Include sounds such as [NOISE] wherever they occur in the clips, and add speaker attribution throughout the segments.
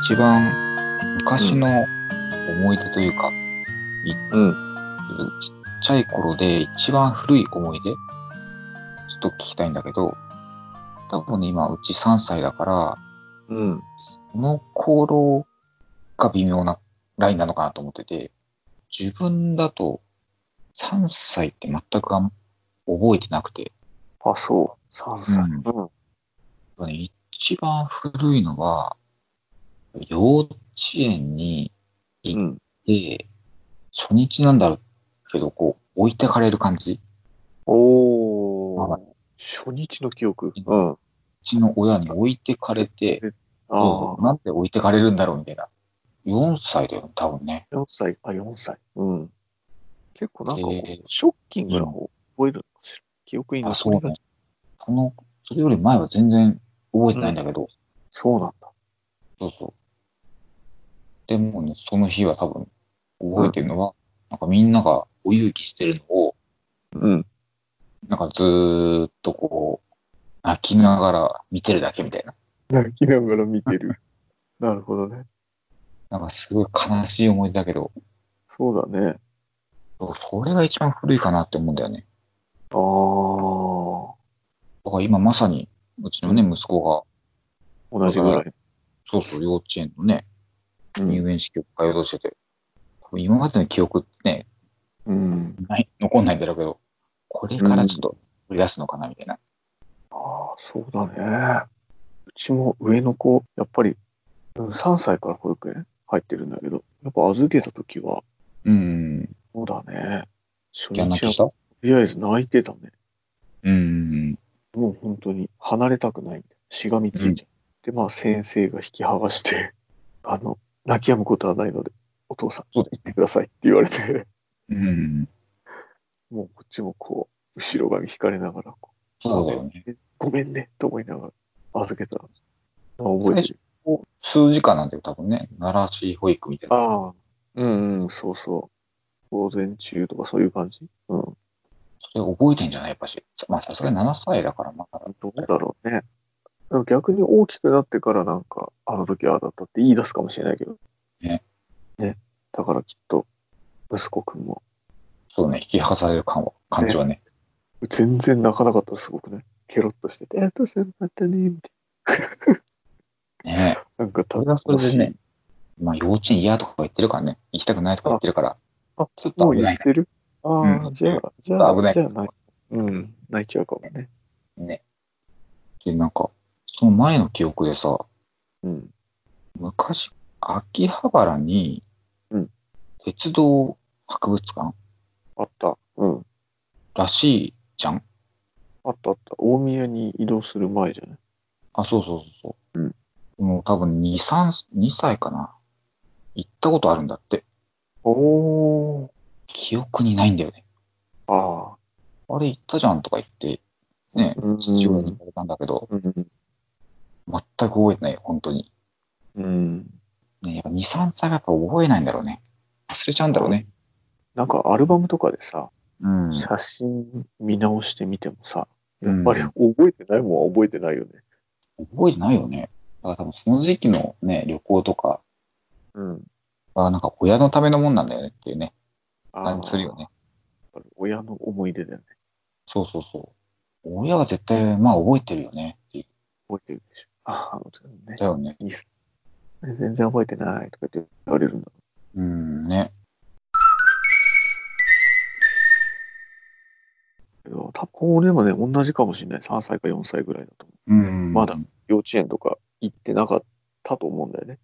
Speaker 1: 一番昔の思い出というか、い
Speaker 2: うん。
Speaker 1: ちっちゃい頃で一番古い思い出、ちょっと聞きたいんだけど、多分ね、今、うち3歳だから、
Speaker 2: うん。
Speaker 1: その頃が微妙なラインなのかなと思ってて、自分だと3歳って全くあん覚えてなくて、
Speaker 2: あ、そう。3歳。うん。
Speaker 1: ね、一番古いのは、幼稚園に
Speaker 2: うん。
Speaker 1: 行って、初日なんだろうけど、こう、置いてかれる感じ。
Speaker 2: お
Speaker 1: は
Speaker 2: ー。初日の記憶。うん。あ
Speaker 1: うちの親に置いてかれて、
Speaker 2: あ。
Speaker 1: なんで置いてかれるんだろうみたいな。4歳だよ、多分ね。
Speaker 2: 4歳。あ、4歳。うん。結構なんかこう、
Speaker 1: えー
Speaker 2: ショッキングな方覚えるのかしら記憶に
Speaker 1: あ、
Speaker 2: 残
Speaker 1: そ
Speaker 2: り
Speaker 1: う
Speaker 2: が
Speaker 1: ね。その、それより前は全然覚えてないんだけど、
Speaker 2: そうなんだ。
Speaker 1: そうそう。でもね、その日は多分、覚えてるのは、なんかみんながお遊戯してるのを、
Speaker 2: うん。
Speaker 1: なんかずーっとこう、泣きながら見てるだけみたいな。
Speaker 2: 泣きながら見てる。なるほどね。
Speaker 1: なんかすごい悲しい思い出だけど、
Speaker 2: そうだね。
Speaker 1: そうそれが一番古いかなって思うんだよね。
Speaker 2: ああ。
Speaker 1: だから今まさに、うちのね、息子が、
Speaker 2: 同じぐらい。
Speaker 1: そうそう、幼稚園のね、
Speaker 2: うん
Speaker 1: 入園式を通うとしてて、多分今までの記憶ってね、
Speaker 2: うん。
Speaker 1: ない残んないんだろうけど、これからちょっと売り出すのかなみたいな。
Speaker 2: ああ、そうだね。うちも上の子、やっぱり、うん3歳から保育園入ってるんだけど、やっぱ預けた時は、
Speaker 1: うん。
Speaker 2: そうだね。初
Speaker 1: ギャン泣
Speaker 2: 日
Speaker 1: き
Speaker 2: は
Speaker 1: し
Speaker 2: と
Speaker 1: た
Speaker 2: りあえず泣いてたね。
Speaker 1: うん。
Speaker 2: もう本当に離れたくないんだよ。しがみついちゃう。で、まあ先生が引き剥がして、 [LAUGHS] あの、泣き止むことはないので、お父さん、
Speaker 1: そうだ
Speaker 2: 行ってくださいって言われて、 [LAUGHS]
Speaker 1: うん。
Speaker 2: もうこっちもこう、後ろ髪引かれながら、こ
Speaker 1: そうだよね。
Speaker 2: うごめんね、と思いながら預けた。あ覚えてる。
Speaker 1: 数時間なんだよ、多分ね。奈良市保育みたいな。
Speaker 2: ああ、うんうん、そうそう。午前中とかそういう感じ。うん。
Speaker 1: それ覚えてんじゃないやっぱし。まあ、さすがに7歳だから、まだ。
Speaker 2: どうだろうね。でも逆に大きくなってからなんか、あの時ああだったって言い出すかもしれないけど。
Speaker 1: ね。
Speaker 2: ね。だからきっと、息子くんも、
Speaker 1: そうね、引き剥がされる感は、感じはね。
Speaker 2: 全然泣かなかったらすごくね、ケロッとしてて、えっと、先輩だね、みたい
Speaker 1: ね
Speaker 2: な。なんか
Speaker 1: それはそれ
Speaker 2: 楽し
Speaker 1: で
Speaker 2: い。
Speaker 1: ね、まあ、幼稚園嫌とか言ってるからね。行きたくないとか言ってるから。
Speaker 2: あ
Speaker 1: ちょっ
Speaker 2: も
Speaker 1: と
Speaker 2: う
Speaker 1: 危
Speaker 2: 言
Speaker 1: ない
Speaker 2: ってるああ、
Speaker 1: うん
Speaker 2: じゃあ、じゃ
Speaker 1: と
Speaker 2: あ、
Speaker 1: 危ない
Speaker 2: じゃあ泣い、うん、泣いちゃうかもね。
Speaker 1: ね。で、なんか、その前の記憶でさ、
Speaker 2: うん。
Speaker 1: 昔、秋葉原に
Speaker 2: うん、
Speaker 1: 鉄道博物館
Speaker 2: あった。うん。
Speaker 1: らしいじゃん
Speaker 2: あったあった。大宮に移動する前じゃない
Speaker 1: あ、そうそうそうそう。
Speaker 2: うん
Speaker 1: もう多分2、3、2歳かな。行ったことあるんだって。
Speaker 2: おー。
Speaker 1: 記憶にないんだよね。
Speaker 2: ああ。
Speaker 1: あれ行ったじゃんとか言って、ね
Speaker 2: うん、
Speaker 1: 父親に言われたんだけど、
Speaker 2: うん。
Speaker 1: 全く覚えてないよ、本当に。
Speaker 2: うん。
Speaker 1: ね、やっぱ2、3歳はやっぱ覚えないんだろうね。忘れちゃうんだろうね。
Speaker 2: なんかアルバムとかでさ、
Speaker 1: うん。
Speaker 2: 写真見直してみてもさ、
Speaker 1: う
Speaker 2: や
Speaker 1: ん
Speaker 2: っぱり覚えてないもんは覚えてないよね。
Speaker 1: 覚えてないよね。だから多分その時期のね、旅行とか
Speaker 2: うん。
Speaker 1: はなんか親のためのもんなんだよねっていうね、
Speaker 2: あ
Speaker 1: 感
Speaker 2: ー
Speaker 1: じするよ。ね。
Speaker 2: 親の思い出だよね。
Speaker 1: そうそうそう。親は絶対、まあ覚えてるよねって言っ
Speaker 2: 覚えてるでしょ。ああ、そうだ
Speaker 1: た
Speaker 2: よ
Speaker 1: よね。
Speaker 2: ね。いいっす全然覚えてないとかって言われるんだ。
Speaker 1: うんね。
Speaker 2: けど、多分俺もね、同じかもしれない。3歳か4歳ぐらいだと思う。
Speaker 1: うん
Speaker 2: まだ幼稚園とか行ってなかったと思うんだよね。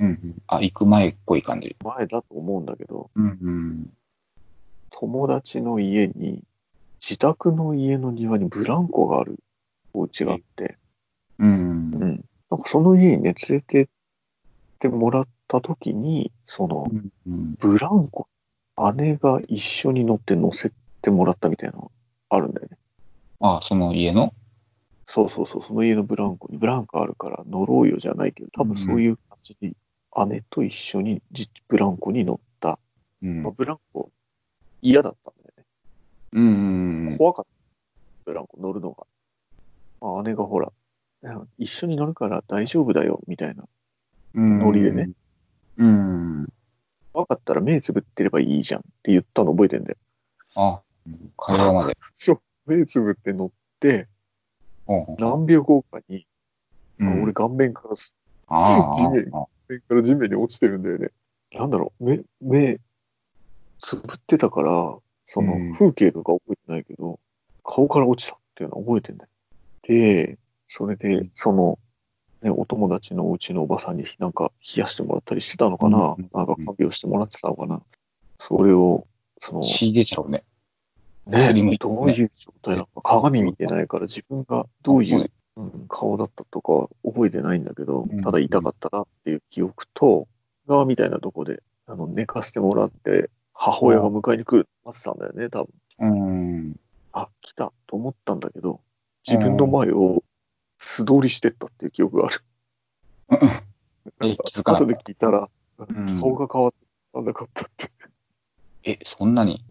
Speaker 1: うん。あ、行く前っぽい感じ。
Speaker 2: 前だと思うんだけど、
Speaker 1: うん。
Speaker 2: 友達の家に、自宅の家の庭にブランコがあるお家があって、
Speaker 1: うん。
Speaker 2: うん、なんかその家にね、連れてってもらった時に、その
Speaker 1: うん。
Speaker 2: ブランコ、姉が一緒に乗って乗せてもらったみたいなのがあるんだよね。
Speaker 1: あ、その家の
Speaker 2: そうそうそう、その家のブランコにブランコあるから乗ろうよじゃないけど、多分そういう感じで、姉と一緒にじブランコに乗った。
Speaker 1: うん
Speaker 2: まあブランコ嫌だったんだよ
Speaker 1: うん
Speaker 2: ね。。怖かった。ブランコ乗るのが。まあ、姉がほら、あの一緒に乗るから大丈夫だよみたいな
Speaker 1: ノ
Speaker 2: リでね。
Speaker 1: うん。
Speaker 2: 分かったら目つぶってればいいじゃんって言ったの覚えてんだよ。
Speaker 1: あ、会話まで。
Speaker 2: 目つぶって乗って、
Speaker 1: うんうん
Speaker 2: 何秒後かに、
Speaker 1: う
Speaker 2: あ
Speaker 1: ん
Speaker 2: 俺顔面からす、
Speaker 1: あ
Speaker 2: 地面
Speaker 1: ああ、
Speaker 2: 面から地面に落ちてるんだよね。なんだろう、目、目、つぶってたから、
Speaker 1: う
Speaker 2: そ
Speaker 1: ん
Speaker 2: の風景とか覚えてないけど、顔から落ちたっていうのは覚えてんだよ。で、それ
Speaker 1: う
Speaker 2: で
Speaker 1: ん、
Speaker 2: その、ね、お友達のお家のおばさんになんか冷やしてもらったりしてたのかな、
Speaker 1: うん
Speaker 2: なんか看病してもらってたのかな、それを、その、
Speaker 1: 血出ちゃうね。薬も
Speaker 2: ね、
Speaker 1: い
Speaker 2: どういう状態なのか、鏡見てないから自分がどうい
Speaker 1: そう
Speaker 2: ううん顔だったとかは覚えてないんだけど
Speaker 1: うん、
Speaker 2: ただ痛かったなっていう記憶と、側みたいなとこであの寝かせてもらって、母親が迎えに来る待ってたんだよね、多分。
Speaker 1: うん。
Speaker 2: あ、来たと思ったんだけど、自分の前を素通りしてったっていう記憶がある。
Speaker 1: え
Speaker 2: なんか
Speaker 1: 気づかなか
Speaker 2: 後
Speaker 1: っ
Speaker 2: で聞いたら、
Speaker 1: うん
Speaker 2: 顔が変わってなかったって。
Speaker 1: え、そんなに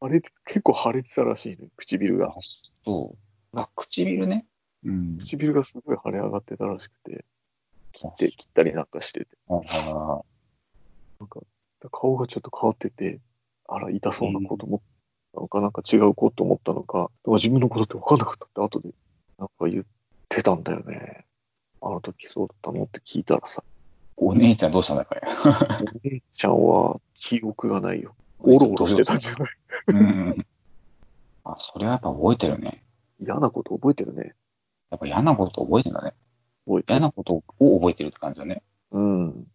Speaker 2: あれ、結構腫れてたらしいね、唇
Speaker 1: あ
Speaker 2: が。、
Speaker 1: そう。あ、唇ね。うん。
Speaker 2: 唇がすごい腫れ上がってたらしくて、
Speaker 1: そう
Speaker 2: で、切ったりなんかしてて。
Speaker 1: ああ
Speaker 2: 顔がちょっと変わってて、あら、痛そうな子と思ったのか、なんか違う子と思ったのか、なんか自分のことって分かんなかったって後で、なんか言ってたんだよね。あの時そうだったのって聞いたらさ、
Speaker 1: お姉ちゃんどうしたんだこれ。
Speaker 2: お姉ちゃんは記憶がないよ。おろおろしてたんじゃない
Speaker 1: うん。あ、それはやっぱ覚えてるね。
Speaker 2: 嫌なこと覚えてるね。
Speaker 1: やっぱ嫌なこと覚えてんだね。
Speaker 2: 覚えて
Speaker 1: 嫌
Speaker 2: る。
Speaker 1: なことを覚えてるって感じだね。
Speaker 2: うん。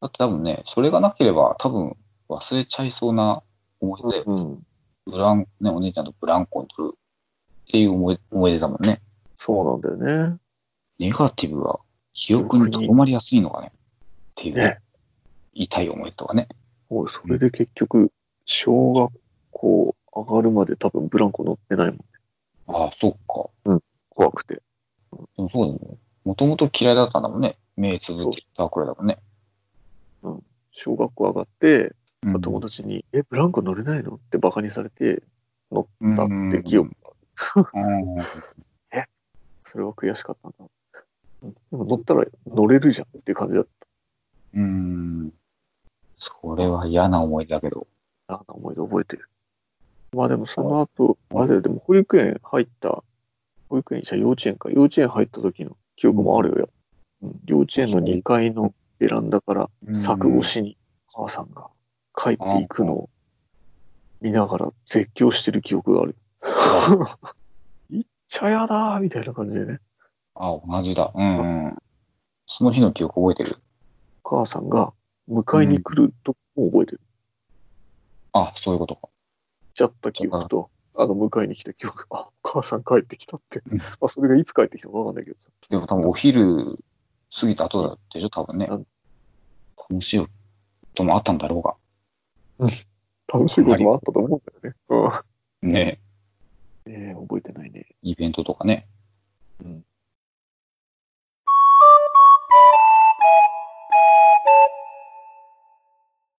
Speaker 1: だって多分ね、それがなければ多分忘れちゃいそうな思い出、
Speaker 2: うん。
Speaker 1: ブラン、ね、お姉ちゃんとブランコに乗るっていう思い思い出だもんね。
Speaker 2: そうなんだよね。
Speaker 1: ネガティブは記憶にとどまりやすいのかね。っていう、
Speaker 2: ね
Speaker 1: 痛い思いとかね。
Speaker 2: もうそれで結局、小学校上がるまで多分ブランコ乗ってないもん。
Speaker 1: ああ、そっか。
Speaker 2: 怖くて。
Speaker 1: でもそうだよね。もともと嫌いだったんだもんね。目つぶってたくらいだもんね。
Speaker 2: 小学校上がって、
Speaker 1: うん
Speaker 2: 友達に「えブランコ乗れないの?」ってバカにされて
Speaker 1: うん
Speaker 2: たって記憶が
Speaker 1: うん
Speaker 2: それは悔しかったなうんでも乗ったら乗れるじゃんっていう感じだっ
Speaker 1: うん。それは嫌な思い出だけど。
Speaker 2: たな思い出覚えてるまあでもその後あれでも保育園入った保育園じゃ幼稚園か幼稚園入った時の記憶もあるよ、うん幼稚園の2階のベランダから柵越しに母さんが帰っていくのを見ながら絶叫してる記憶がある [LAUGHS] いっちゃやだーみたいな感じでね
Speaker 1: あ、同じだ。うん、うん。その日の記憶覚えてる。
Speaker 2: お母さんが迎えに来るとこも覚えてる。
Speaker 1: あ、そういうことか。
Speaker 2: ちゃった記憶と、あの、迎えに来た記憶。あ、お母さん帰ってきたって。
Speaker 1: うん
Speaker 2: まあ、それがいつ帰ってきたかわかんないけどさ。
Speaker 1: でも多分お昼過ぎた後だったでしょ、多分ね
Speaker 2: うん。
Speaker 1: 楽しいこともあったんだろうが。
Speaker 2: 楽しいこともあったと思うんだよね。
Speaker 1: ね
Speaker 2: うん。ねえ、覚えてないね。
Speaker 1: イベントとかね。